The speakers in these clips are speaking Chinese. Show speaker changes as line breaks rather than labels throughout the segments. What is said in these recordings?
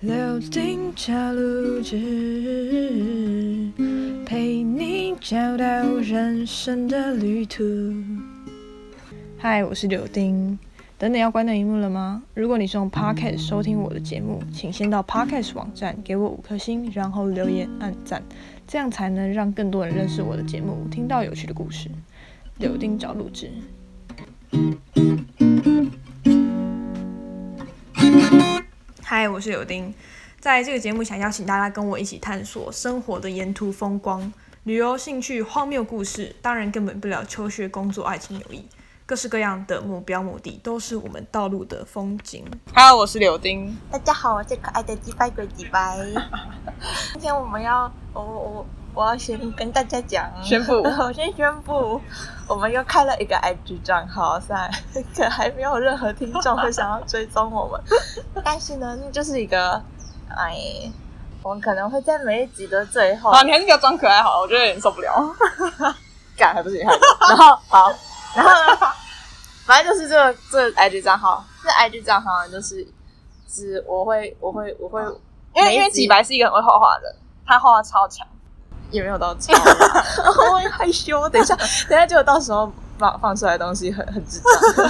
柳丁加录制，陪你找到人生的旅途。嗨，我是柳丁。等等要关掉荧幕了吗？如果你是用 Podcast 收听我的节目，请先到 Podcast 网站给我五颗星，然后留言按赞，这样才能让更多人认识我的节目，听到有趣的故事。柳丁找录制。嗨，我是柳丁。在这个节目，想邀请大家跟我一起探索生活的沿途风光、旅游兴趣、荒谬故事，当然根本不了求学、工作、爱情、友谊，各式各样的目标目的都是我们道路的风景。Hello，我是柳丁。
大家好，我是可爱的鸡掰鬼鸡 掰。今天我们要，我我我要先跟大家讲，
宣布
我先宣布，我们又开了一个 IG 账号，虽然可还没有任何听众会想要追踪我 们，但是呢，这就是一个，哎，我们可能会在每一集的最后，
啊，你还是不要装可爱好了，我觉得有点受不了。
干还不是你害的。 然后好，然后呢，反正就是这个这个 IG 账号，这 IG 账号呢就是是我会我会 我会，
因为
每一
因为
集
几白是一个很会画画的人，他画画超强。
也没有到 超啦，我会害羞。等一下， 等一下，就到时候放放出来的东西很很智障，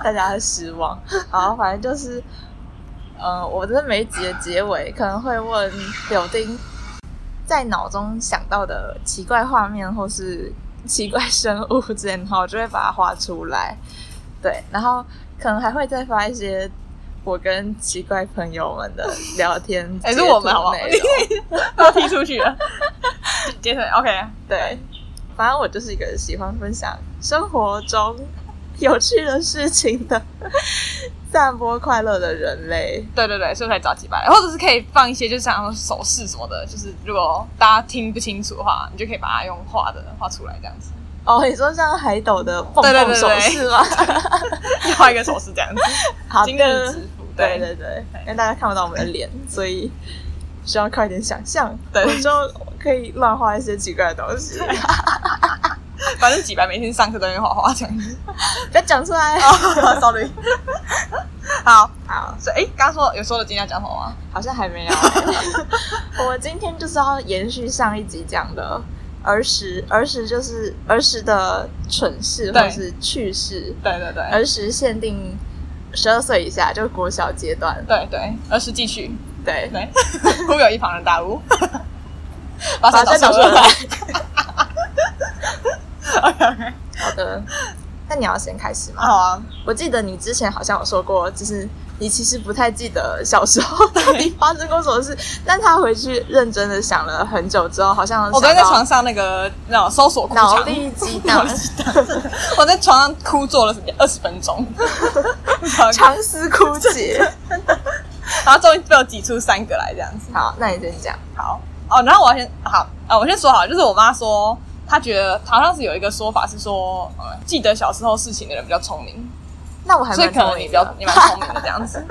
大家会失望。好，反正就是，呃，我的每一集的结尾可能会问柳丁在脑中想到的奇怪画面或是奇怪生物之类的，然后我就会把它画出来。对，然后可能还会再发一些。我跟奇怪朋友们的聊 天截图
哎
内容，
是我们好不好都踢出去 了。杰森，OK，
对，反正我就是一个喜欢分享生活中有趣的事情的 散播快乐的人类。
对对对，所以我才找几白，或者是可以放一些就是像手势什么的，就是如果大家听不清楚的话，你就可以把它用画的画出来这样子。
哦，你说像海斗的蹦
对对
蹦
对
手
对
势吗？
画一个手势这样子，
好
今日之，
的
福。
对对对，因为大家看不到我们的脸，所以需要快点想象，对，就可以乱画一些奇怪的东西，
反正几白每天上课都会画画这 样子。
不要讲出来。
Sorry。好，
好，
所以哎，刚刚说有说了今天要讲什么吗？
好像还没有欸、 我今天就是要延续上一集讲的儿时，儿时就是儿时的蠢事
对
或是趣事，
对对对，
儿时限定十二岁以下，就是国小阶段。
对对，儿时记趣，
对，
对，忽有一旁人大悟， 把
把
手
这
找
找
出
出来
来。。OK OK，
好的，那你要先开始吗？
好啊，
我记得你之前好像有说过，就是你其实不太记得小时候到底发生过什么事，但他回去认真的想了很久之后，好像
我昨天在
想到
床上那个那种搜索裤
脑
长。
力激 荡，
我在床上哭坐了二十分 钟，
长思枯竭。
然后终于被我挤出三个来这样子。
好，那你先讲。
好哦，然后我要先好啊，我先说好，就是我妈说她觉得好像是有一个说法是说，呃记得小时候事情的人比较聪明，
那我还
所以
蛮
可能
聪
你
明
比较
的。
你蛮聪明的这样 子。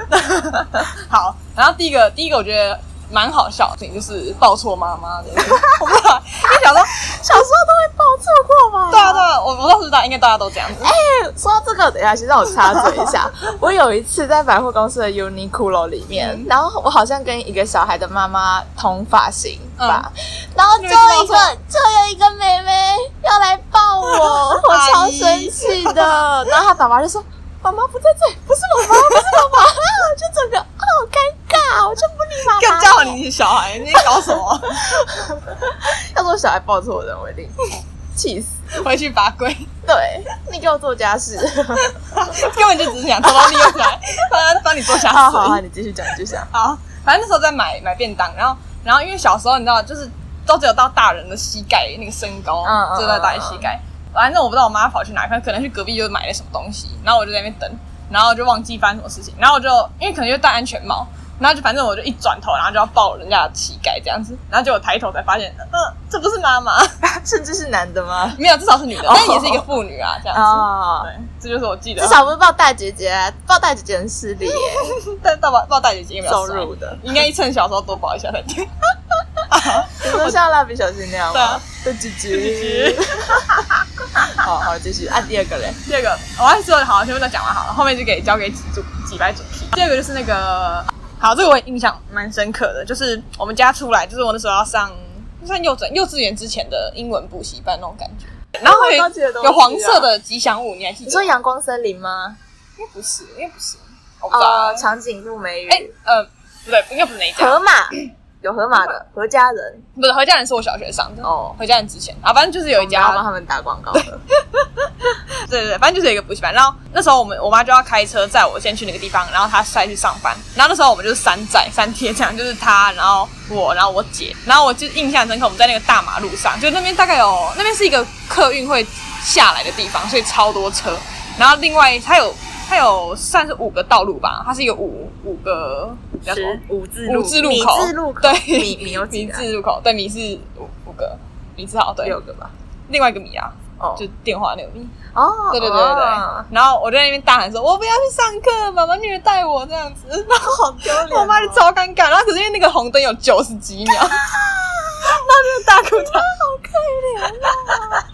好，然后第一个第一个我觉得蛮好笑的事情就是抱错妈妈的事情，我不知道，因为小时候
小时候都会报错过吧？
对啊对啊，我我倒是知道应该大家都这样子。
对。 说到这个，等一下，先让我插嘴 一下。我有一次在百货公司的 Uniqlo 里面，
嗯
然后我好像跟一个小孩的妈妈同发型吧，然后就
嗯你们知
有一
道吗
个就有一个妹妹要来 抱我，我超生气的。然后她爸爸就说：“妈妈不在这里，不是我妈妈，不是我妈妈。” 我就整个哦好尴尬，我就不理妈妈。
更叫你小孩，你在搞什么？
要说小孩抱错人，我一定气死。
回去罚跪。
对，你给我做家 事。
根本就只是想偷偷利用来，帮他帮你做瑕疵。
好好好，你继续讲，就讲。
好反正那时候在买买便当，然后然后因为小时候你知道，就是都只有到大人的膝盖那个身高，
嗯嗯
就到大人膝盖。反正我不知道我妈跑去哪，可能可能去隔壁就买了什么东西，然后我就在那边等，然后就忘记发生什么事情，然后我就因为可能就戴安全帽，然后就反正我就一转头，然后就要抱人家的膝盖这样子，然后结果抬头才发现，嗯、这不是妈妈，
甚至是男的吗？
没有，至少是女的，但也是一个妇女啊，这样子。
啊、
对，这就是我记得。
至少不是抱大姐姐，抱大姐姐很失礼耶，
但大宝抱大姐姐应该比较
受
帅
辱的。
应该趁小时候多保一下才对。
你说像蜡笔小新那样
对啊
吗？对，姐姐。 好好，继续啊按第二个嘞。
第二个，我还是说好，前面都讲完好了，后面就给交给几组几百主题。第二个就是那个好，这个我也印象蛮深刻的，就是我们家出来，就是我那时候要上上幼稚幼稚园之前的英文补习班那种感觉。然后会
高级的东西啊
有黄色的吉祥物，你还记
你
得
说
吗？
阳光森林吗？
应该不是，应该不是，我不知道。
哦，长颈鹿美
哎、
语，
呃，不对，应该不是那一家，
河马有河马的何家人，
不是何家人是我小学上的，
哦
何家人之前啊，反正就是有一
然后帮
家，
他们打广告的。
对对对，反正就是有一个补习班。然后那时候我们我妈就要开车载我先去那个地方，然后她再去上班。然后那时候我们就是三载三贴这样，就是她，然后我，然后我姐，然后我就印象深刻，我们在那个大马路上，就那边大概有那边是一个客运会下来的地方，所以超多车。然后另外它有它有算是五个道路吧，它是一个五五个叫什么
十五字
五
路，
字路
米
口，
字路口，
对，
米米有几
米
个啊？
字路口，对，米是五五个，米字好，对，
六个吧？
另外一个米啊，
哦，
就电话那个米，
哦，
对对对对对
哦，
然后我就在那边大喊说，我不要去上课，妈妈虐待我这样子，然后
好丢脸哦！
我妈就超尴尬，然后可是因为那个红灯有九十几 秒，然后就大哭大，好可怜啊，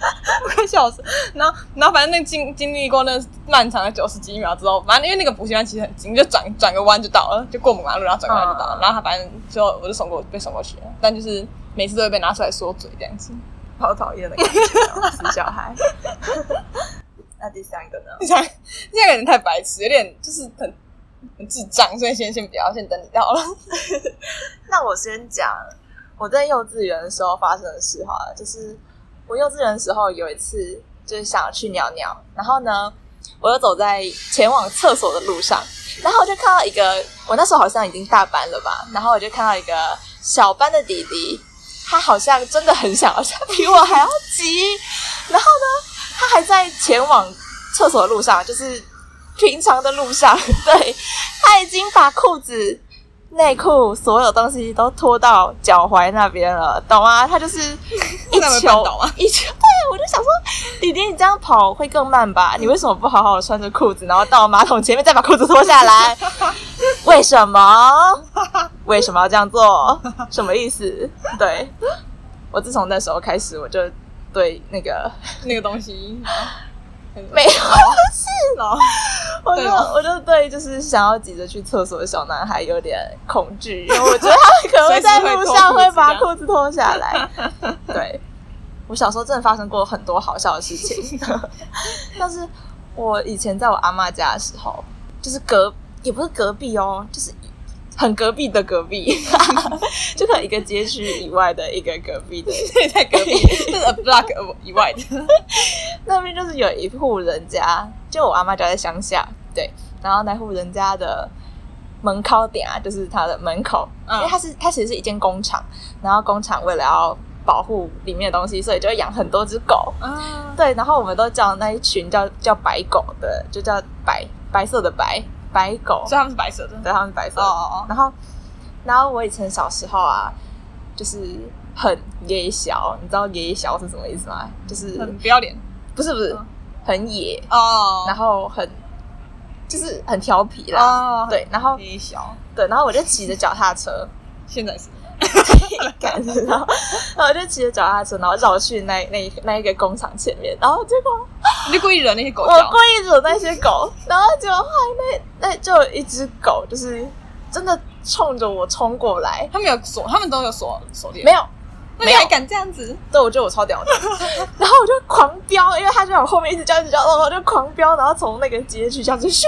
我快笑死。然后然后反正那经经历过那漫长的九十几秒之后，反正因为那个补习班其实很近，就转转个弯就到了，就过马路然后转个弯就到了。
嗯
然后他反正最后我就送过被送过去了，但就是每次都会被拿出来说嘴这样子。
好讨厌的感 觉哦，死小孩。那第三个呢？
你想，现在有点太白痴，有点就是很很智障，所以先先不要，先等你到了。
那我先讲我在幼稚园的时候发生的事好了，就是我幼稚园的时候有一次就是想去尿尿，然后呢，我就走在前往厕所的路上，然后我就看到一个，我那时候好像已经大班了吧，然后我就看到一个小班的弟弟，他好像真的很想要， 他比我还要急，然后呢，他还在前往厕所的路上，就是平常的路上， 对他已经把裤子内裤所有东西都拖到脚踝那边了，懂吗？他就是一
那会
球
绊倒吗
一球，对我就想说，弟弟你这样跑会更慢 吧？你为什么不好好的穿着裤子，然后到马桶前面再把裤子脱下来？ 为什么？为什么要这样做？什么意思？对我自从那时候开始，我就对那个
那个东西啊
没有事了。 我
对
就
吗
我就对就是想要急着去厕所的小男孩有点恐惧，因为我觉得他们可能会在路上会把裤子脱下来。对，我小时候真的发生过很多好笑的事情， 但是我以前在我阿妈家的时候，就是隔也不是隔壁哦，就是。很隔壁的隔壁， 就可能一个街区以外的一个隔壁的
对，在隔壁， 就是 a block 以外的。
那边就是有一户人家，就我阿妈家在乡下，对，然后那户人家的门口点啊，就是它的门口，
嗯
因为它是它其实是一间工厂，然后工厂为了要保护里面的东西，所以就会养很多只狗，
啊，
对，然后我们都叫那一群叫叫白狗的，就叫白白色的白白狗，
哦所以他们是白色的。
对，他们白色
哦
的
哦哦，
然后，然后我以前小时候啊，就是很野小，你知道野小是什么意思吗？就是
很不要脸
不是不是
嗯，
很野，
哦
然后很就是很调皮啦。
哦，
对，然后
很小，
对，然后我就骑着脚 踏车，
现在是
感觉到，然后我就骑着脚踏车，然后绕去那那那一个工厂前面，然后结果
你就故意惹那些狗
我
叫
故，意惹那些狗， 然后结果后来那那就有一只狗，就是真的冲着我冲过来，
他们有锁，他们都有锁锁链，
没有，
那你
没有
还敢这样子？
对，我觉得我超屌的。 然后我就狂飙，因为他就在我后面一直叫，一直叫，然后我就狂飙，然后从那个街区这样子咻，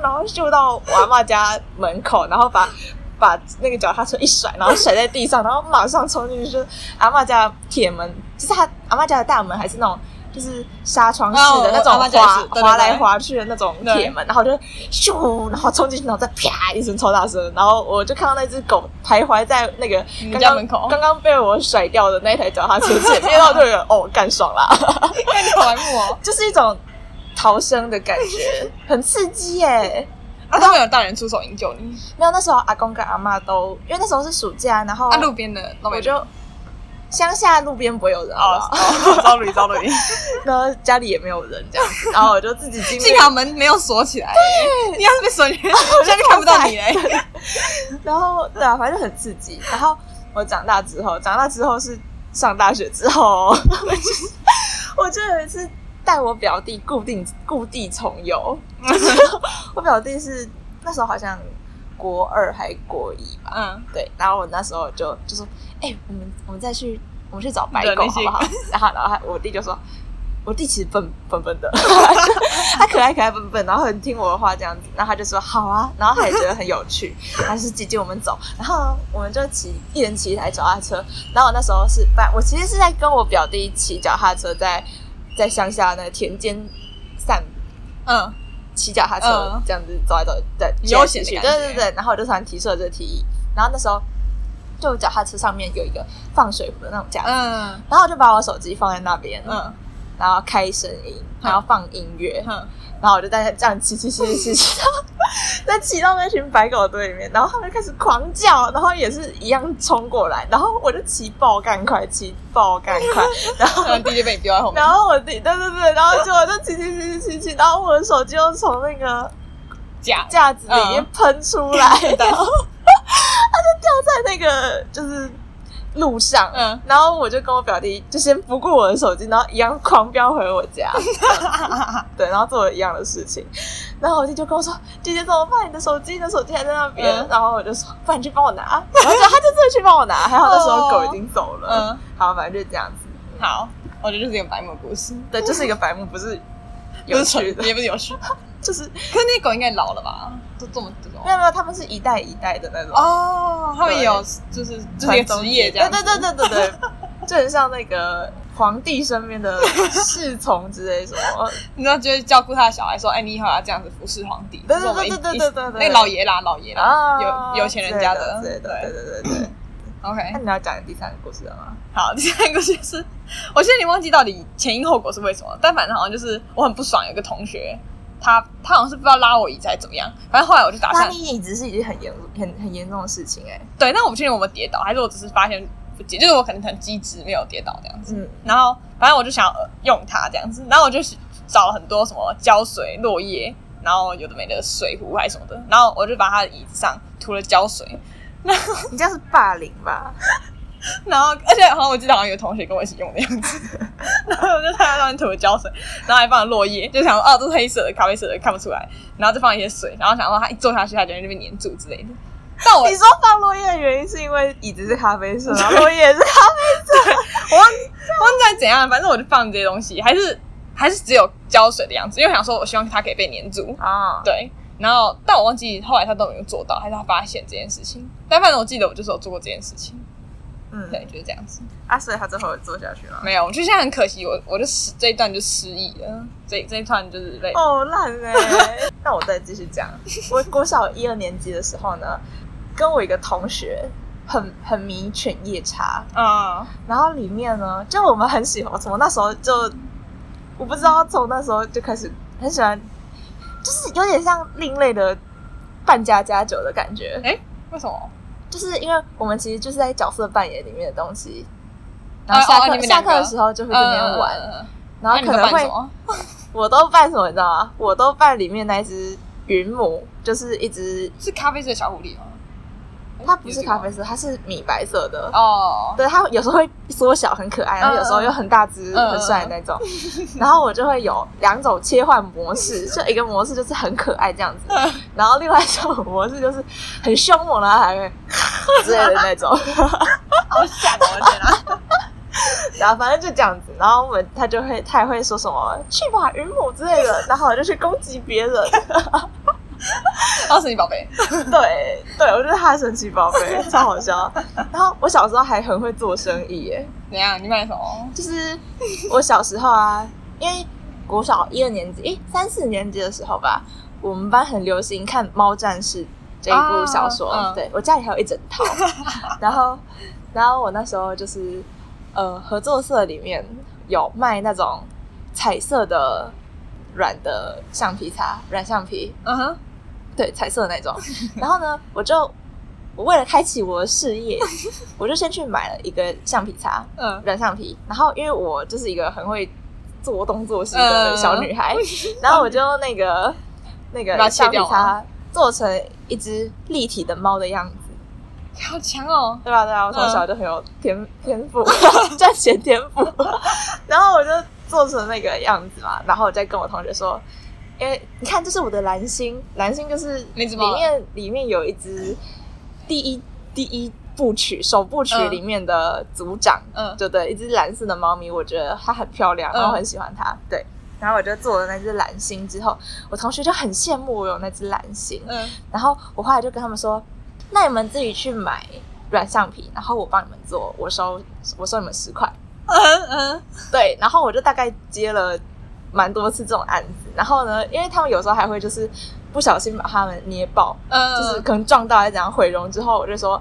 然后咻到我阿妈家门口，然后把 把那个脚踏车一甩，然后甩在地上，然后马上冲进去，就是阿妈家的铁门，就是他阿妈家的大门还是那种。就是纱窗式
哦
的那种
我阿嬷家也
滑
是对对
滑来
对
滑去的那种
对
铁门，然后就咻，然后冲进去，然后再啪一声超大声，然后我就看到那只狗徘徊在那个
你们
刚
家
刚
门口
刚刚被我甩掉的那台脚踏车前面，然后就有人 哦干爽啦，
那你好白目哦！
就是一种逃生的感 觉，很刺激耶。
啊，他们有大人出手营救你，
没有，那时候阿公跟阿妈都，因为那时候是暑假，然后
啊，路边的都没
哦我就乡下路边不会有人
哦
啊，，
遭雷遭雷，
然后家里也没有人这样子，然后我就自己 经历
幸好门没有锁起来，你要是被锁，你 我现在就看不到你欸嘞。
然后对啊，反正很刺激。然后我长大之后，长大之后是上大学之后，我就是我就有一次带我表弟 固定故地重游，我表弟是那时候好像国二还国一吧，
嗯，
对，然后我那时候就就说，哎、我们我们再去我们去找白
惹
狗
那
好
些
不好？ 然后然后他我弟就说，我弟其实笨笨笨的， 他可爱可爱笨笨，然后很听我的话这样子，然后他就说好啊，然后他也觉得很有趣，他就说姐姐我们走，然后呢我们就骑一人骑一台脚踏车，然后我那时候是，反我其实是在跟我表弟骑脚踏车在在乡下那个田间散步。
嗯，
骑脚踏车
嗯
这样子走来走去，对，
悠闲的
去，
感
对
觉
对对。然后我就突然提出了这个提议，然后那时候就脚踏车上面有一个放水壶的那种架子，
嗯
然后我就把我手机放在那边，
嗯
然后开声音，然后放音乐，
嗯，
然后我就在那这样骑骑骑骑骑到，在骑到那群白狗堆里面，然后他们就开始狂叫，然后也是一样冲过来，然后我就骑爆干快，骑爆干快，然后
然后 DJ 被你丢在后面
然，后我弟，对对对，然后结果就骑骑骑骑骑骑，然后我的手机又从那个
假
架子里面喷出来，
嗯
然后它就掉在那个就是路上，
嗯
然后我就跟我表弟就先不顾我的手机，然后一样狂飙回我 家，对，然后做了一样的事情，然后我弟就跟我说：“姐姐怎么办？你的手机，你的手机还在那边。
嗯
然后我就说：“不然你去帮我拿。”然后就他就真的去帮我拿，还好那时候
哦
狗已经走了，
嗯
好，反正就这样子，
好，我觉得就是一个白目故事，
对，就是一个白目，不是
不
有
是
趣的
蠢，也不是有趣。
就是
可是那狗应该老了吧？都这么这种
没有没有，他们是一代一代的那种
哦，他们也有就是就是一个职业这样子，
对对对对对对，就很像那个皇帝身边的侍从之类什么，
你知道就是照顾他的小孩说，哎，你以后要这样子服侍皇帝，
对
就是我们一
对对对
一
对对对
那老爷啦老爷啦
啊，，
有有钱人家
的，
的，
对的，
对
对对对对。
，OK
那。你要讲第三个故事了吗？
好，第三个就是， 我现在有点忘记到底前因后果是为什么，但反正好像就是我很不爽，有一个同学，他他好像是不知道拉我椅子还是怎么样，反正后来我就打
拉
算
你椅子是一件很严很很严重的事情哎，
对，但我不确定我们跌倒，还是我只是发现不接，就是我可能很机智没有跌倒这样子。
嗯，
然后反正我就想要呃用它这样子，然后我就找了很多什么胶水、落叶，然后有的没的水壶还是什么的，然后我就把它的椅子上涂了胶水，
你这样是霸凌吧？
然后而且好像我记得好像有同学跟我一起用的样子， 然后我就在它上面涂了胶水，然后还放了落叶，就想说哦这是黑色的、咖啡色的看不出来，然后再放一些水，然后想说哎它一坐下去它就在那边粘住之类的，但我
你说放落叶的原因是因为椅子是咖啡色，然后落叶是咖
我忘我忘记怎样，反正我就放这些东西，还是还是只有胶水的样子，因为我想说我希望它可以被粘住，
啊，
对。然后，但我忘记后来他都没有做到，还是他发现这件事情。但反正我记得我就是有做过这件事情，
嗯，
对，就是这样子。
啊，所以他最后有做下去吗？
没有，我就现在很可惜，我我就失这一段就失忆了，这这一段就是被、
哦，烂 哎、那我再继续讲，我国小一二年级的时候呢，跟我一个同学很很迷犬夜叉，
啊，
然后里面呢，就我们很喜欢，从那时候就，我不知道从那时候就开始很喜欢，就是有点像另类的扮家家酒的感觉，
哎、为什么？
就是因为我们其实就是在角色扮演里面的东西。然后下
哦
课、
你们
下
两个
课的时候就会在那边玩，
嗯嗯嗯嗯
然后
那你
可
们
能
扮
会
什么？
我都扮什么，你知道吗？我都扮里面那一只云母，就是一只，
是咖啡色的小狐狸吗？
它不是咖啡色，它是米白色的。
哦，
对，它有时候会缩小，很可爱，然后有时候又很大只、
嗯
很帅的那种。然后我就会有两种切换模式，就一个模式就是很可爱这样子，
嗯
然后另外一种模式就是很凶猛然后还会之类的那种。
好想哦，我的天 啊！
然后反正就这样子，然后我们他就会他也会说什么去吧云母之类的，然后我就去攻击别人。
哦，神奇宝贝，
对对，我觉得他的神奇宝贝超好笑。然后我小时候还很会做生意耶，
怎样？你买什么？
就是我小时候啊，因为国小一二年级，诶，三四年级的时候吧，我们班很流行看《猫战士》这一部小说，
啊嗯
对我家里还有一整套。然后，然后我那时候就是呃，合作社里面有卖那种彩色的软的橡皮擦，软橡皮，
嗯哼，
对，彩色的那种。 然后呢，我就我为了开启我的事 业，我就先去买了一个橡皮擦，
嗯
软橡皮。然后因为我就是一个很会做东做西
呃
的小女 孩，然后我就那个那
把它
个
切
橡皮
掉
擦
吗
做成一只立体的猫的样子。
好强哦！
对吧？对啊，我从
嗯
小就很有天、 天 赋，赚钱 天赋。然后我就做成那个样子嘛，然后我再跟我同学说，因为你看，这是我的蓝星，蓝星就是
那
里
只猫啊
面里面有一只第一第一部曲首部曲
嗯
里面的组长，
嗯
就对，一只蓝色的猫咪，我觉得它很漂亮，
嗯
然后我很喜欢它，对。然后我就做了那只蓝星之后，我同学就很羡慕我有那只蓝星，
嗯，
然后我后来就跟他们说，那你们自己去买软橡皮，然后我帮你们做，我收我收你们十块。
嗯嗯，
对，然后我就大概接了蛮多次这种案子。然后呢，因为他们有时候还会就是不小心把他们捏爆，
嗯，
就是可能撞到还是怎样毁容之后，我就说，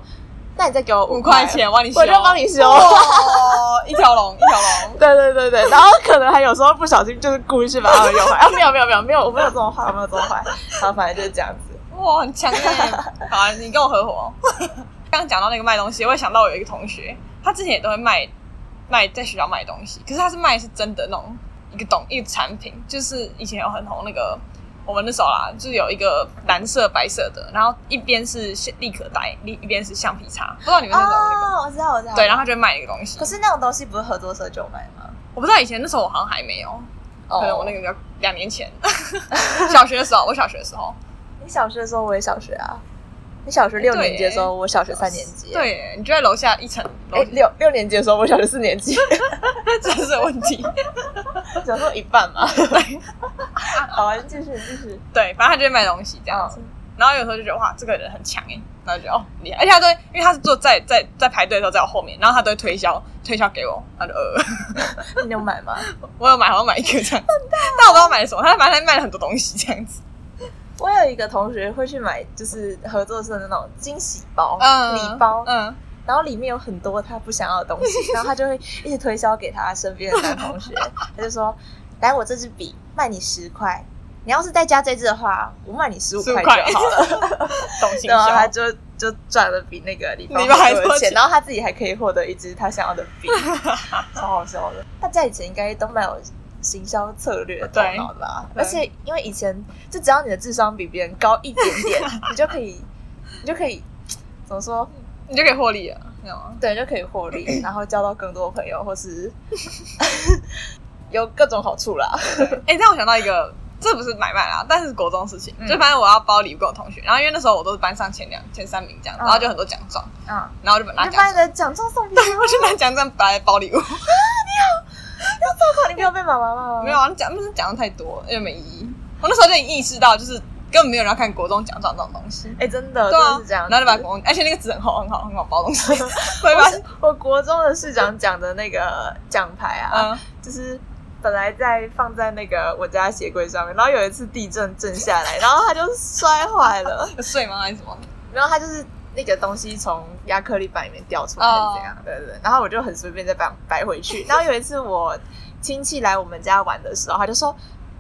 那你再给我
五
块
块，钱，我帮你修，
我就帮你修。
哦，一条龙，一条龙，
对对对对，然后可能还有时候不小心就是故意去把他们用坏啊，没有没有没有没有，我没有这种坏，我没有这种坏，然后反正就是这样子。
哇，很强烈。 好啊，你跟我合伙哦。刚刚讲到那个卖东西，我也想到我有一个同学，他之前也都会卖卖在学校卖东西，可是他是卖是真的那种一个东一个产品，就是以前有很红那个。我们那时候啦，就是有一个蓝色、白色的，然后一边是立可带，一一边是橡皮擦，不知道你们那时候有那个、，
啊我知道我知道
对，然后他就会卖一个东西
可，是那种东西不是合作社就买吗？
我不知道以前那时候我好像还没有，
哦
可能我那个比较两年前， 小学的时候，我小学的时候，
你小学的时候，我也小学啊。你小学六
对
年级的时候，我小学三年级。，
对，你就在楼下一层楼
哎，，六六年级的时候，我小学四年 级，
这是有问题。
小时候一半嘛。 好啊，继续继续。
对，反正他就会卖东西这样子，然后有时候就觉得哇，这个人很强哎，然后就哦厉害，而且他都会因为他是坐在在在排队的时候在我后面，然后他都会推销推销给我，他就呃，
你有买吗？
我有买，我有买一个
哦
这样子，但我不知道买了什么，他反正他卖了很多东西这样子，
我有一个同学会去买，就是合作社的那种惊喜包、
嗯，
哦礼包，
嗯，
然后里面有很多他不想要的东 西，然后他就会一直推销给他身边的男同学，他就说：“来，我这支笔卖你十块，你要是再加这支的话，我卖你十五
15
块
块
就好了。”
懂行
然后他
销，
就就赚了比那个李
李包还
多
多
的钱，
钱
然后他自己还可以获得一支他想要的 笔，超好笑的。大家以前应该都蛮有行销策略的头脑的吧？
对
而且因为以前就只要你的智商比别人高一点 点，你就可以，你就可以怎么说？
你就可以获利了，你知道吗？
对，就可以获 利，然后交到更多朋友，或是 有各种好处啦。
哎、欸，让我想到一个，这不是买卖啦，但是国中事情，
嗯
就反正我要包礼物给我同学，然后因为那时候我都是班上前两前三名这样，
嗯
然后就很多奖状，
嗯，
然后我就拿
你
奖
就把
状，
你的奖状送别人，
我就拿奖状 来包礼物，
你没有被妈妈骂吗？
没有啊，奖那是奖状太多，又没意义。我那时候就已经意识到，就是根本没有人要看国中奖状这种东西。
哎、真的，
对
真
啊
的是这样，子。
然后就把国中，而且那个纸很厚，很好，很好包东西。我也
我
发
是
现，
我国中的市长奖的那个奖牌啊，
嗯，
就是本来在放在那个我家鞋柜上面，然后有一次地震震下 来，然后它就摔坏了，
有税吗？还是什么？
然后它就是那个东西从亚克力板里面掉出来，
哦
这样、对对对。然后我就很随便再摆摆回去。 然后有一次我亲戚来我们家玩的时候，他就说。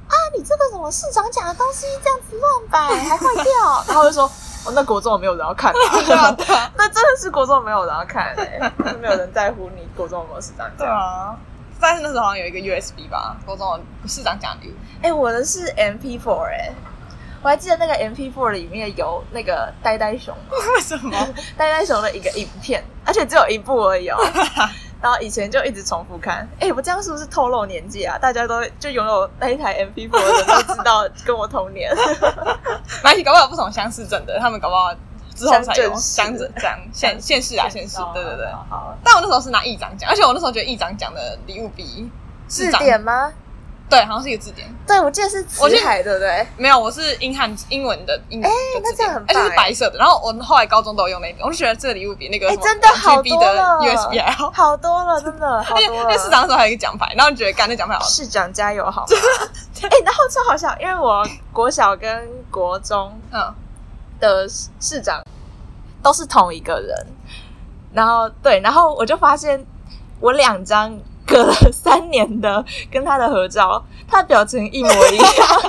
啊！你这个什么市长奖的东西这样子乱摆，还坏掉。然后我就说，哦，那国中我没有人要 看、
对啊，
啊，
对啊，
那真的是国中没有人要看、 欸，就是没有人在乎你国中有没有市长
对
奖。
啊。但是那时候好像有一个 USB 吧，国中的市长奖礼物。
哎、我的是 MP4 哎、我还记得那个 MP4 里面有那个呆呆熊，
为什 么？
呆呆熊的一个影片，而且只有一部而已 哦。然后以前就一直重复看，哎、我这样是不是透露年纪啊？大家都就拥有那一台 MP4 的人都 知道跟我同年。
反正搞不好有不同乡市镇的，他们搞不好之后才有
乡
乡
镇市
镇乡县县市 啊县市，对对对。
哦好好，
但我那时候是拿议长奖，而且我那时候觉得议长奖的礼物比市
字
长
典吗？
对，好像是一个字典，
对，我记得是
我记
辞
得
海，对不对？
没有，我是英汉英文的英文的
哎那
字
这
典
样，很
而
棒
且是白色的。然后我后来高中都有用那个，我就觉得这个礼物比那个
哎、
什么
真的好
GB
多了
的 USB 还好。
好多了，真的好
而且
多
哎那
了。
个市长的时候还有一个奖牌，然后你觉得干那奖牌好吃，
市长加油好吗？哎、然后超好笑，因为我国小跟国中
嗯，
的市长都是同一个人，然后对，然后我就发现我两张隔了三年的跟他的合照，他的表情一模一样，根本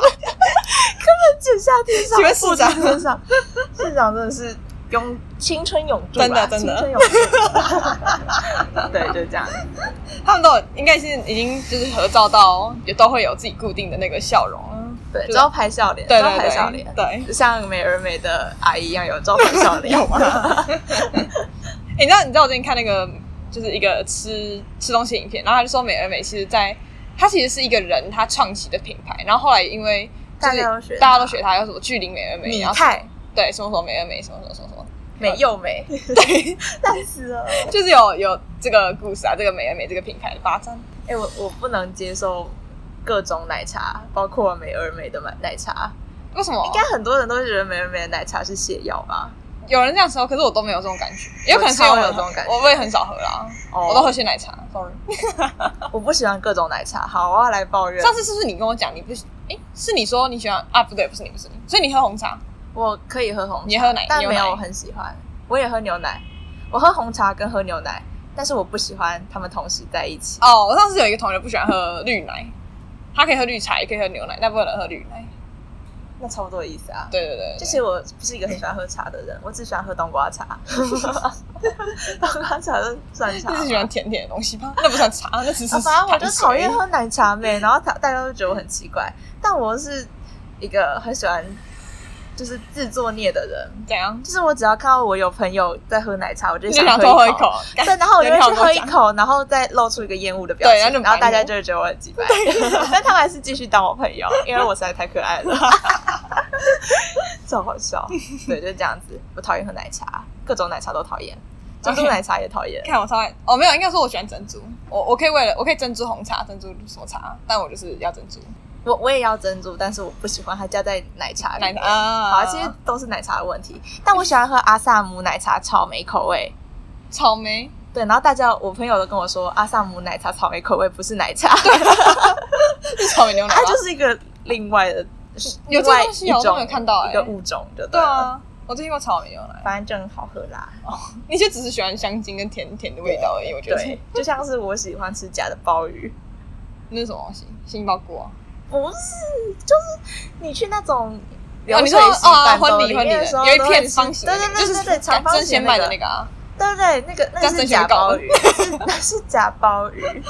九下天上，
请问市长
复制天上，市长真的是永青春永驻吧，
真的真的
青春永驻，对，就这样，
他们都有应该是已经就是合照到也都会有自己固定的那个笑容了。
对，
就
招牌笑脸，
对
招
对
牌笑
对
脸，，
对。
像美而美的阿姨一样有招牌笑 脸，有 吗？
欸你知道你知道我最近看那个就是一个吃吃东西影片，然后他就说美而美其实在它其实是一个人他创起的品牌，然后后来因为
大
就是
家都学
大家都学他，有什么巨灵美而美，
米
然后什么
泰
对什么什么美而美，什么什么什么什么，
美又美， 哦
对，
烂死了。
就是有有这个故事啊，这个美而美这个品牌的发展。
哎、我我不能接受各种奶茶，包括美而美的奶奶茶。
为什么
应该很多人都觉得美而美的奶茶是泻药吧？
有人这样说？可是我都没有这种感觉，也有可能是因
我
为我
超有这种感觉
我我也很少喝啦，
哦
我都喝些奶茶。Sorry，
我不喜欢各种奶茶。好，我要来抱怨。
上次是不是你跟我讲你不喜？哎，是你说你喜欢啊？不对，不是你，不是你，所以你喝红茶，
我可以喝红茶，
你喝奶
但没
牛奶
有很喜欢。我也喝牛奶，我喝红茶跟喝牛奶，但是我不喜欢他们同时在一起。
哦，我上次有一个同学不喜欢喝绿奶，他可以喝绿茶，也可以喝牛奶，但不能喝绿奶。
那差不多的意思啊。
对对对对
就其实我不是一个很喜欢喝茶的人，我只喜欢喝冬 瓜茶。冬瓜茶就算茶
对，
吗，
就是喜欢甜甜的东西吧？那不算茶，那只是
啊反正我就
糖水
讨厌喝奶茶妹，然后他大家都觉得我很奇怪，但我是一个很喜欢就是自作孽的人，
怎样？
就是我只要看到我有朋友在喝奶茶，我就
你就
想
想多
喝
喝一。口， 干
对，然后我就
有
会
点
去
好
喝一
讲
口，然后再露出一个厌恶的表
对然后
情，
就
然后大
白
家
目
就会觉得我很鸡掰， 但他们还是继续当我朋友，因为我实在太可爱了，超好笑。对，就是这样子。我讨厌喝奶茶，各种奶茶都讨厌，珍珠
OK
奶茶也讨厌。
看我超爱哦，没有，应该说我喜欢珍珠。我我可以为了我可以珍珠红茶、珍珠什么茶，但我就是要珍珠
我我也要珍珠，但是我不喜欢它加在奶茶里
奶
面。
茶啊。
好，其实都是奶茶的问题。但我喜欢喝阿萨姆奶茶草莓口味。
草莓，
对，然后大家我朋友都跟我说，阿萨姆奶茶草莓口味不是奶茶，
是草莓牛奶吧
它？就是一个另外的，
有这
另外
东西
一
啊我都
种
没有看到欸
一个物种就
对
哎对了，
啊，我最近过草莓牛奶。
反正就很好喝啦。
你就只是喜欢香精跟甜甜的味道而已，我觉得
对，就像是我喜欢吃假的鲍鱼，
那是什么东西？杏鲍菇啊？
不是，就是你去那种。流
哦，你
水
说
席
啊，
伴奏
婚礼
里
婚礼
面的时候
有一
都会
片
吃
方形的
对
那
对
个，
对
就是
对对，长方
真鲜
形
卖的
个
那个啊，
对对，那个那
加
个
生
是
鱼
假
糕
鲍鱼， 是那是假鲍鱼，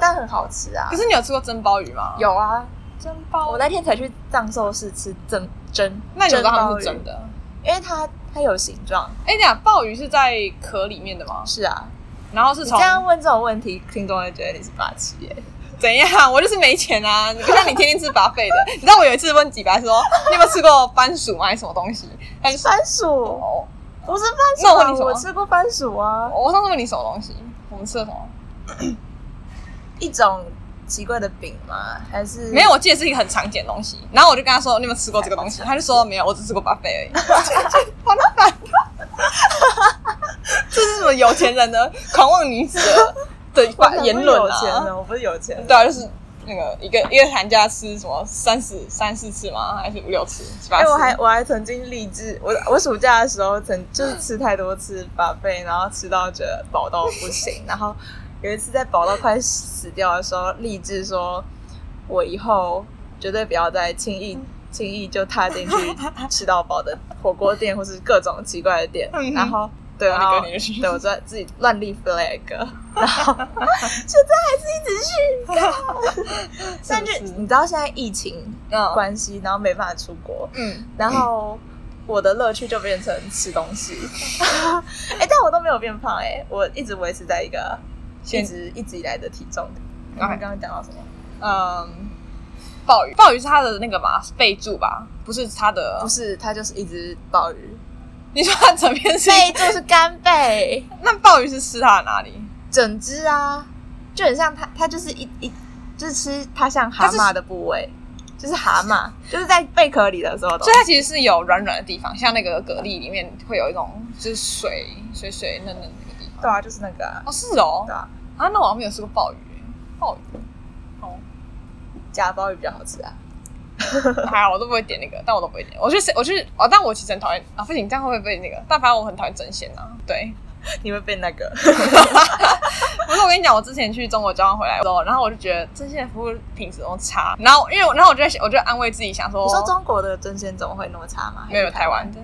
但很好吃啊
可。是你有吃过蒸鲍鱼吗？，
有啊，
蒸鲍
我
鱼。
那天才去藏寿司吃蒸蒸，
那你怎么知道他们是
蒸鲍鱼
真？
哦
的？
因为它它有形状。
哎，你讲鲍鱼是在壳里面的吗？
是啊，
然后是
你
从
这样问这种问题，听众会觉得你是八七耶。
怎样？我就是没钱啊！不像你天天吃巴费的。 你知道我有一次问几白说，你有没有吃过番薯吗？还是什么东西？他就说
哎番薯
哦，
不是番薯、
那我
啊，
问你什么
我吃过番薯啊，
我上次问你什么东西，我们吃了什么？
一种奇怪的饼吗？还是
没有，？我记得是一个很常见的东西。然后我就跟他说，你有没有吃过这个东西？他就说没有，我只吃过巴 菲而已。 好麻烦，这是什么有钱人的狂妄女子的的
哇
发言论
我不是有钱哦
啊？
的，我不是有钱的。
对啊，就是。那个一个一个寒假吃什么三十三四次吗？还是五六次？七八
哎、
次？嗯
我还我还曾经励志，我我暑假的时候曾就是吃太多次把贝，然后吃到觉得饱到 不行，然后有一次在饱到快死掉的时候，励志说，我以后绝对不要再轻
嗯
易轻易就踏进去吃到饱的火锅店或是各种奇怪的店
嗯，
然后。对，
然
然
后
后
你跟你去
对我在自己乱立 flag，然后现在还是一直去， 但
是
是
不是
你知道现在疫情
嗯
关系，然后没办法出国，
嗯，
然后我的乐趣就变成吃东西。 哎、但我都没有变胖哎、我一直维持在一个
现
一直一直以来的体重。
OK
然后你刚刚讲到什么？
嗯，鲍鱼，鲍鱼是它的那个嘛备注吧，不是它的
不。是，它就是一只鲍鱼，
你说它整片是？
贝就是干贝，
那鲍鱼是吃它的哪里？
整只啊，就很像它，它就是一一就是吃它像
它
蛤
是
蟆的部位，就是蛤蟆，就是在贝壳里的时候的
所以。它其实是有软软的地方，像那个蛤蜊里面会有一种就是水水水嫩嫩的那个地方。
对啊，就是那个、啊，
哦，是哦
对。啊，
啊，那我好像没有吃过鲍鱼耶，鲍鱼
假鲍鱼比较好吃啊。
还好，我都不会点那个，但我都不会点。我去我去哦，但我其实很讨厌啊，不行，这样会不会被那个？但反正我很讨厌蒸鲜啊。对，
你会被那个？
不是我跟你讲，我之前去中国交换回来之后，然后我就觉得蒸鲜的服务品质都差，然后因为我然后我就在想我就安慰自己想说，
你说中国的真鲜怎么会那么差吗？
没有台湾的。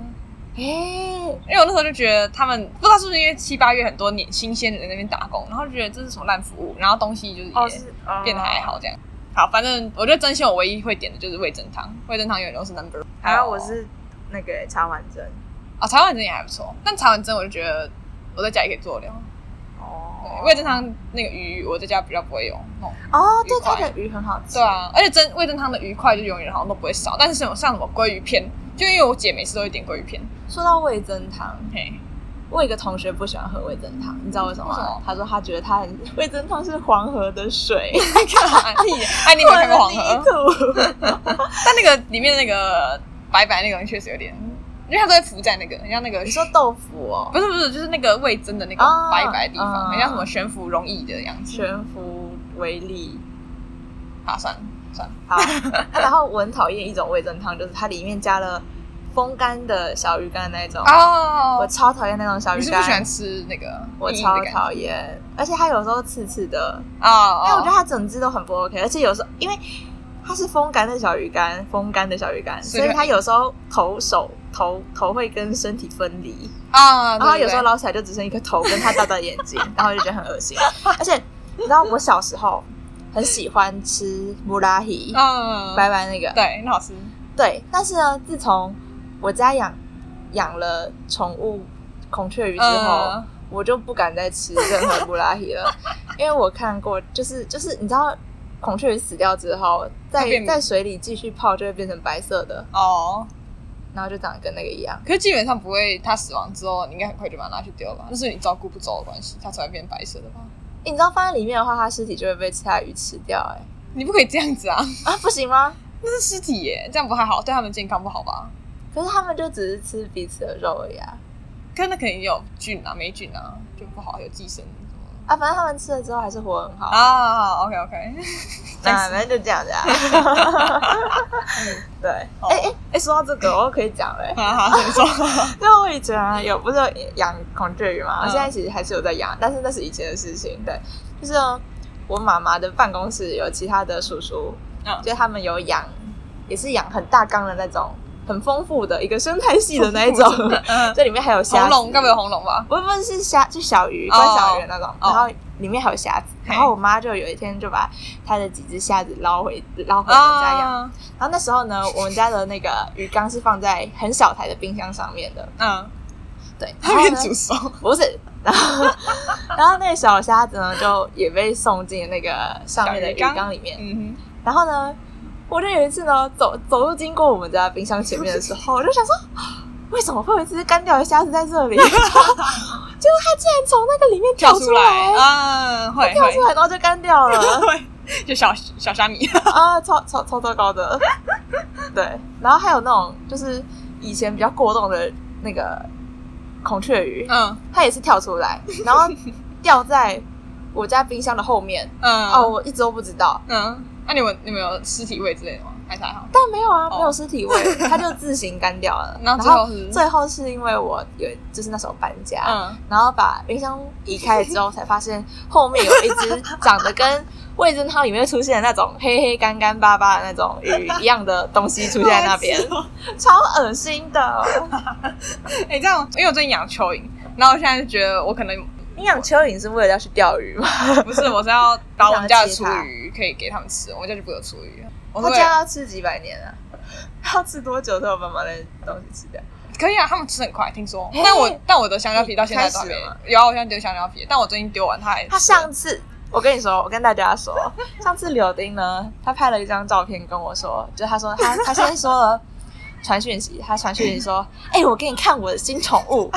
哎、
因为我那时候就觉得他们不知道是不是因为七八月很多年新鲜人在那边打工，然后就觉得这是什么烂服务，然后东西就是
哦，
也
是哦
变得还。好这样。好，反正我觉得真心我唯一会点的就是味噌汤，味噌汤永远都是 number one。哦
还有我是那个茶碗蒸。
啊、哦，茶碗蒸也还不错，但茶碗蒸我就觉得我在家也可以做了。
哦，
味噌汤那个鱼，我在家比较不会用弄。
哦，对，
愉
它
快
的鱼很好吃。
对啊，而且蒸味噌汤的鱼块就永远好像都不会少，但是什么像什么鲑鱼片，就因为我姐每次都会点鲑鱼片，
说到味增汤，
嘿，
我有一个同学不喜欢喝味增汤，你知道为什么
为什
吗
么？
他说他觉得他很味增汤是黄河的 水，
看屁耶，哎，你有没有看过黄河？
河。
但那个里面的那个白白那个人确实有点，因为它都会浮在那个，很像那个
你说豆腐哦，
不是不是，就是那个味增的那个
啊
白白的地
啊
方，很像什么悬浮容易的样子。
全福为例。
啊，算了算了，
好，那然后我很讨厌一种味增汤，就是它里面加了风干的小鱼干那一种。我
哦，
超讨厌那种小
你
鱼
是不
干，
是喜欢吃那个
我
硬硬
超
的感觉
讨厌，而且它有时候刺刺的，
哦哦，
因为我觉得它整只都很不 OK，而且有时候因为它是风干的小鱼干，风干的小鱼干，
所以
所以
它
它有时候头手头头会跟身体分离，
啊，
然后有时候
老
捞起来就只剩一颗头跟它大大的眼睛，然后我就觉得很恶 心。而且你知道我小时候很喜欢吃布拉希，
嗯，
白白那个，
对，很好吃
对，但是呢，自从我家养养了宠物孔雀鱼之后，
嗯
我就不敢再吃任何布拉提了，因为我看过，就是就是你知道，孔雀鱼死掉之后，在
会变
在水里继续泡就会变成白色的，
哦。
然后就长得跟那个一样。
可是基本上不会，它死亡之后，你应该很快就把它拿去丢了吧？那是你照顾不周的关系，它才会变白色的吧？
你知道放在里面的话，它尸体就会被其他鱼吃掉、
你不可以这样子啊，
哎啊，不行吗？
那是尸体耶，这样不太好，对他们健康不好吧？
可是他们就只是吃彼此的肉而已啊！
可是那肯定有菌啊、霉菌啊，就不好，有寄生什么的
啊，反正他们吃了之后还是活得很好。
啊。OK OK，
那反正就这样子 啊。对，
好
哎哎哎，说到这个，我可以讲嘞、
啊好好，怎么说？
因为我以前啊有不是有养孔雀鱼嘛，我
嗯
现在其实还是有在养，但是那是以前的事情。对，就是呢我妈妈的办公室有其他的叔叔，
嗯
就是他们有养，也是养很大缸的那种，很丰富的一个生态系的那一种，
嗯，
这里面还有虾
红
子
龙该不会有红龙吧？
不不是虾，就小鱼，
哦
观小鱼的那种，
哦
然后里面还有虾子。
嘿
然后我妈就有一天就把她的几只虾子捞回捞回我们家养。
啊，
然后那时候呢，我们家的那个鱼缸是放在很小台的冰箱上面的，
嗯，
对。然
它
后
变
呢，
煮熟，
不是，然后然后那个小虾子呢，就也被送进那个上面的
小
鱼
鱼缸
缸里面。
嗯
然后呢，我就有一次呢，走走路经过我们家冰箱前面的时候，我就想说，为什么会有一只干掉的虾子在这里？结 果它竟然从那个里面
哼，跳
出
出来，嗯，会
跳出
会
来，然后就干掉 了
会，就小小虾米，
啊，超超超糟糕的。对，然后还有那种就是以前比较过动的那个孔雀鱼，
嗯
它也是跳出 来，然后掉在我家冰箱的后面。
嗯
哦，我一直都不知道，
嗯，那你们你们有尸体味之类的吗？还是还好？
但没有啊，
哦
没有尸体 味，它就自行干掉了。
然
然
后最后
后
是
最后是因为我有，就是那时候搬家，
嗯，，
然后把冰箱移开了之后，才发现后面有一只长得跟味噌汤里面出现的那种黑黑干干巴巴的那种鱼一样的东西出现在那边 超恶心的。
哎，这样，因为我最近养蚯蚓，然后我现在就觉得我可能
你养蚯蚓是为了要去钓鱼吗？
不是，我是要把我们家的
你
厨
想要戒它
余可以给他们吃，我们家就不会有厨余了。我
他
说
家要吃几百年啊？ 要吃多久才有办法把那东西吃掉？
可以啊，他们吃很快，听说
嘿。
但我但我的香蕉皮到现在都还
你开
没
始了吗
有啊，我现在丢香蕉皮，但我最近丢完它还
他上次，我跟你说，我跟大家说， 上次柳丁呢，他拍了一张照片跟我说，就他说 他他先说了传讯息，他传讯息 说，哎、我给你看我的新宠 物，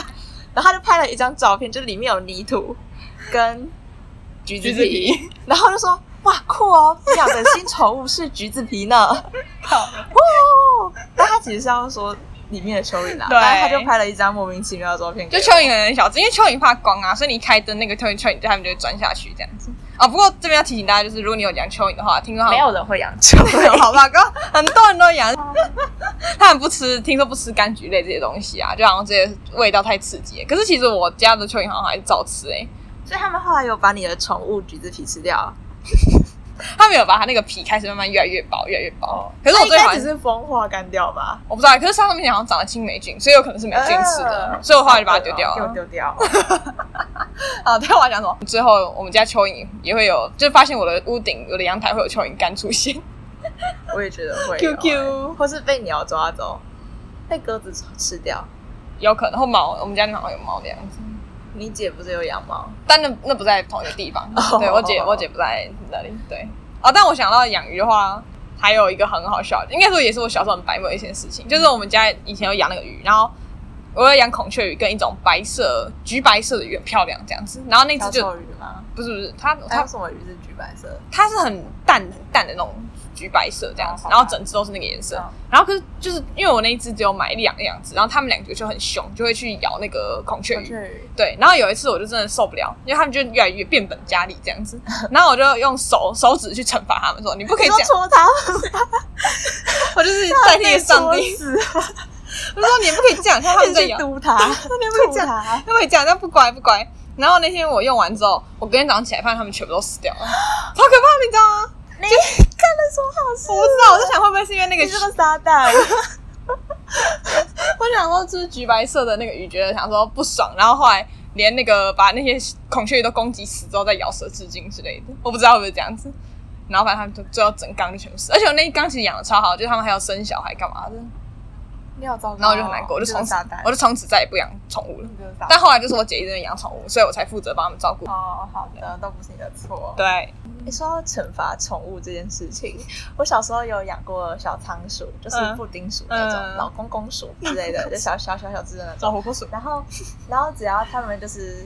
然后他就拍了一张照片，就里面有泥土跟橘子
橘
皮，
子 皮，
然后就说哇酷哦，你养的新宠物是橘子皮呢， 哦，但他其实是要说。里面的蚯蚓啊，
对
但是他就拍了一张莫名其妙的照片给
就
我，
蚯蚓很小只，因为蚯蚓怕光啊，所以你开灯，那个蚯蚓蚯蚓它们就会钻下去这样子啊、不过这边要提醒大家，就是如果你有养蚯蚓的话，听说它
没
们
有人会养 蚯蚓，
好吧， 刚很多人都养， 他们不吃，听说不吃柑橘类这些东西啊，就好像这些味道太刺激了。可是其实我家的蚯蚓好像还是照吃欸诶、
所以他们后来有把你的宠物橘子皮吃掉。
他们有把它那个皮开始慢慢越来越薄，越来越薄。可是我
哦它
最
应
讨
该
厌
只是风化干掉吧？
我不知道，可是上面好像长了青霉菌，所以有可能是霉菌吃的，
啊
所以我后来就 把它丢掉
给
了。
我呃丢掉。
啊，对，我要讲什么？最后我们家蚯蚓也会有，就是发现我的屋顶、我的阳台会有蚯蚓干出现。
我也觉得会有欸
QQ
或是被鸟抓走，被鸽子吃掉。
有可能，或猫，我们家好像有猫的样子。
你姐不是有养猫？
但那那不在同一个地方。
哦
对我姐，我姐不在那里。对，哦，但我想到养鱼的话，还有一个很好笑的，应该说也是我小时候很白目的一件事情，就是我们家以前有养那个鱼，然后我有养孔雀鱼跟一种白色、橘白色的鱼，很漂亮这样子。然后那只
小
就
丑鱼哎吗？
不是不是，它
还
它
有什么鱼是橘白色？
它是很淡很淡的那种橘白色这样子
哦，好吧
然后整只都是那个颜色
嗯。
然后可是就是因为我那一只只有买两样子，然后他们两个就很凶，就会去咬那个孔雀
孔
鱼。
雀鱼。
对，然后有一次我就真的受不了，因为他们就越来越变本加厉这样子，然后我就用手手指去惩罚他们，说你不可以
你
这
说
样，
戳它，
我 就是代替上帝，
戳死，
我说你不可以这样， 看他们在
去
咬，
嘟它，
会
吐
这样
它。
他们讲但不乖不乖。然后那天我用完之后，我隔天早上起来发现他们全部都死掉了，超可怕，你知道吗？
你干了什么好事？
我不知道，我在想会不会是因为那个
你是个撒 旦。
我想说，就是橘白色的那个鱼，觉得想说不爽，然后后来连那个把那些孔雀鱼都攻击死之后，再咬舌自尽之类的，我不知道会不会这样子。然后反正他们就最后整缸就全部死，而且我那一缸其实养的超好，就是他们还要生小孩干嘛的，
你好糟糕。哦
然后我就很难过，我就
你是个
从此
撒旦。
哦我就从此再也不养宠物了
你。就是撒旦
但后来就是我姐一直在养宠物，所以我才负责帮他们照顾。
哦，好的，都不是你的错。
对，
你说到惩罚宠物这件事情，我小时候有养过小仓鼠，就是
嗯
布丁鼠那种，
嗯
老公公鼠之 类的，就小小小小只的那种。
找活口水。
然后，然后只要他们就是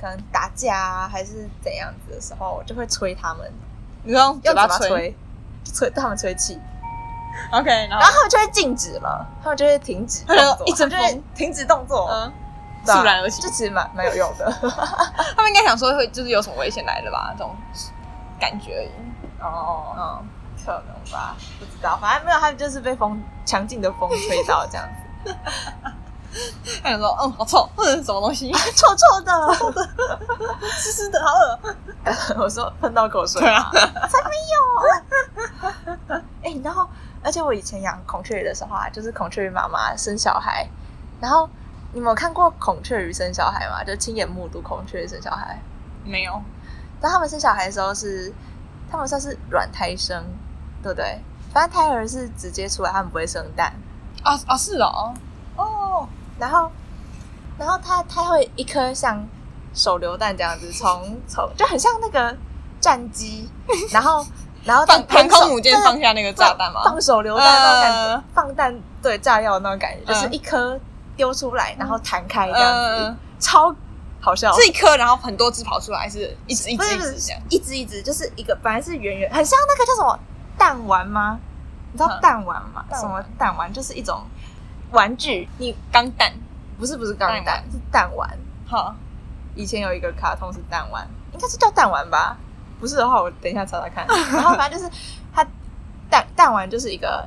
可能打架啊，还是怎样子的时候，我就会催他们，
你说用
用嘴
嘴巴哦
巴
吹
吹，就催他们吹气，
，OK，然
然后
后
他们就会静止了，他们就会停止
他
动
就
作，
一阵
他们就
风
会停止动作，
嗯，
对啊
肃然而起
这其实蛮蛮有用的。
他们应该想说会就是有什么危险来了吧，这种感觉而已。
哦，
嗯，
可能吧，不知道，反正没有，他们就是被风强劲的风吹到这样子。
他想说，嗯，好臭，或者是什么东西。
臭臭的，臭 的，
湿湿的，好恶。
我说喷到口水
对啊
吗？，哎、然后而且我以前养孔雀鱼的时候啊，就是孔雀鱼妈妈生小孩，然后你们有看过孔雀鱼生小孩吗？就亲眼目睹孔雀鱼生小孩。
没有，
然后他们生小孩的时候是，他们算是软胎生，对不对？反正胎儿是直接出来，他们不会生蛋。
啊啊是哦，哦，
然后，然后它它会一颗像手榴弹这样子从从就很像那个战 机，然后然后
放航
弹
空母舰放下那个炸弹吗？
放手榴弹那种感觉，
嗯
放弹对炸药那种感觉，就是
嗯
一颗丢出来，然后弹开这样子，
嗯，
超好笑。
是一颗，然后很多只跑出来，是一只一
不
只
是
一
不
只这
是
样。
一只一只，就是一个本来是圆圆，很像那个叫什么弹丸吗？你知道
嗯
弹丸吗？
弹丸
什么弹丸？就是一种玩具，你
钢弹，
不是不是钢
弹
弹
丸，
是弹丸。
好，
以前有一个卡通是弹丸，应该是叫弹丸吧？不是的话，我等一下查 查看。然后反正就是它弹弹丸就是一个，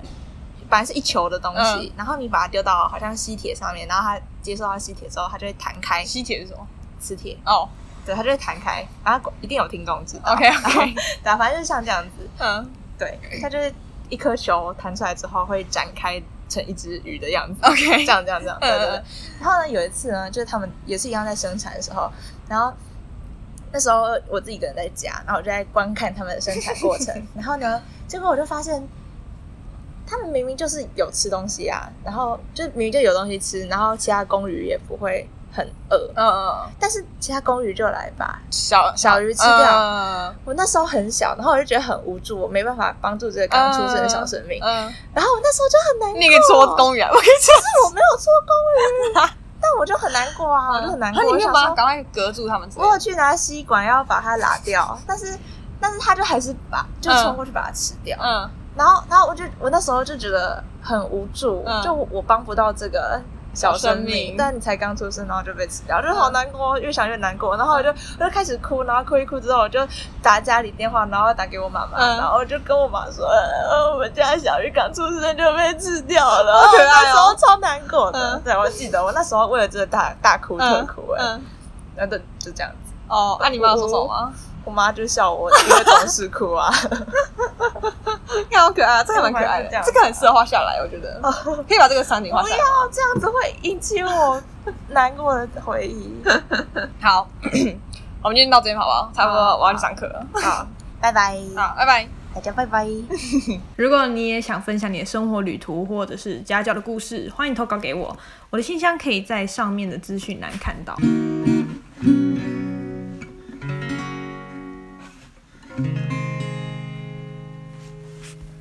本来是一球的东西，然后你把它丢到好像吸铁上面，然后它接受到吸铁之后，它就会弹开
吸铁是什么？
磁铁，
哦
对，它就会弹开。然后一定有听众知道
，OK OK，
对啊，反正就是像这样子，
嗯
对，它就是一颗球弹出来之后会展开成一只鱼的样子。
，OK，
这样这样这样，对对对
嗯。
然后呢，有一次呢，就是他们也是一样在生产的时候，然后那时候我自己一个人在家，然后我就在观看他们的生产过 程。然后呢，结果我就发现，他们明明就是有吃东西啊，然后就明明就有东西吃，然后其他公鱼也不会很饿，
嗯嗯，
但是其他公鱼就来吧。
小
小鱼吃掉，
掉，
我那时候很小，然后我就觉得很无助，我没办法帮助这个刚出生的小生命。
嗯，
然后我那时候就很难过，
你给搓公园，我跟你讲，
我没有做公园，但我就很难过啊，我就很难过。
那你
我
没有嗯
想
把它
说，
赶快隔住他们之类
我有
的，
去拿吸管要把它拉掉，但是但是他就还是把就冲过去把它吃掉。
嗯
然后然后我就我那时候就觉得很无助，
嗯
就我帮不到这个。小
小
生
生命
命，但你才刚出生，然后就被吃掉，就好难过，越想越难过。然后
嗯
我就我就开始哭，然后哭一哭之后，我就打家里电话，然后打给我妈妈，
嗯
然后我就跟我妈说，呃，我们家小鱼刚出生就被吃掉了，
好可爱哦
那时候超难过的。
嗯
对，我记得我那时候为了这个大大哭特
嗯
哭、哎、
嗯，
然后就就这样子，
哦，那你妈有说什么吗？
我妈就笑我，因为总是哭啊。
这个好可爱啊，这个蛮可爱
我们还是这
的
样，
这个很适合画下来，我觉得可以把这个场景画
不
下来。
要这样子会引起我难过的回忆。
好， 我们今天到这边好不好？差不多
好
我要去上课了。
好，拜拜，
好，拜拜。
大家拜拜。
如果你也想分享你的生活旅途或者是家教的故事，欢迎投稿给我，我的信箱可以在上面的资讯栏看到。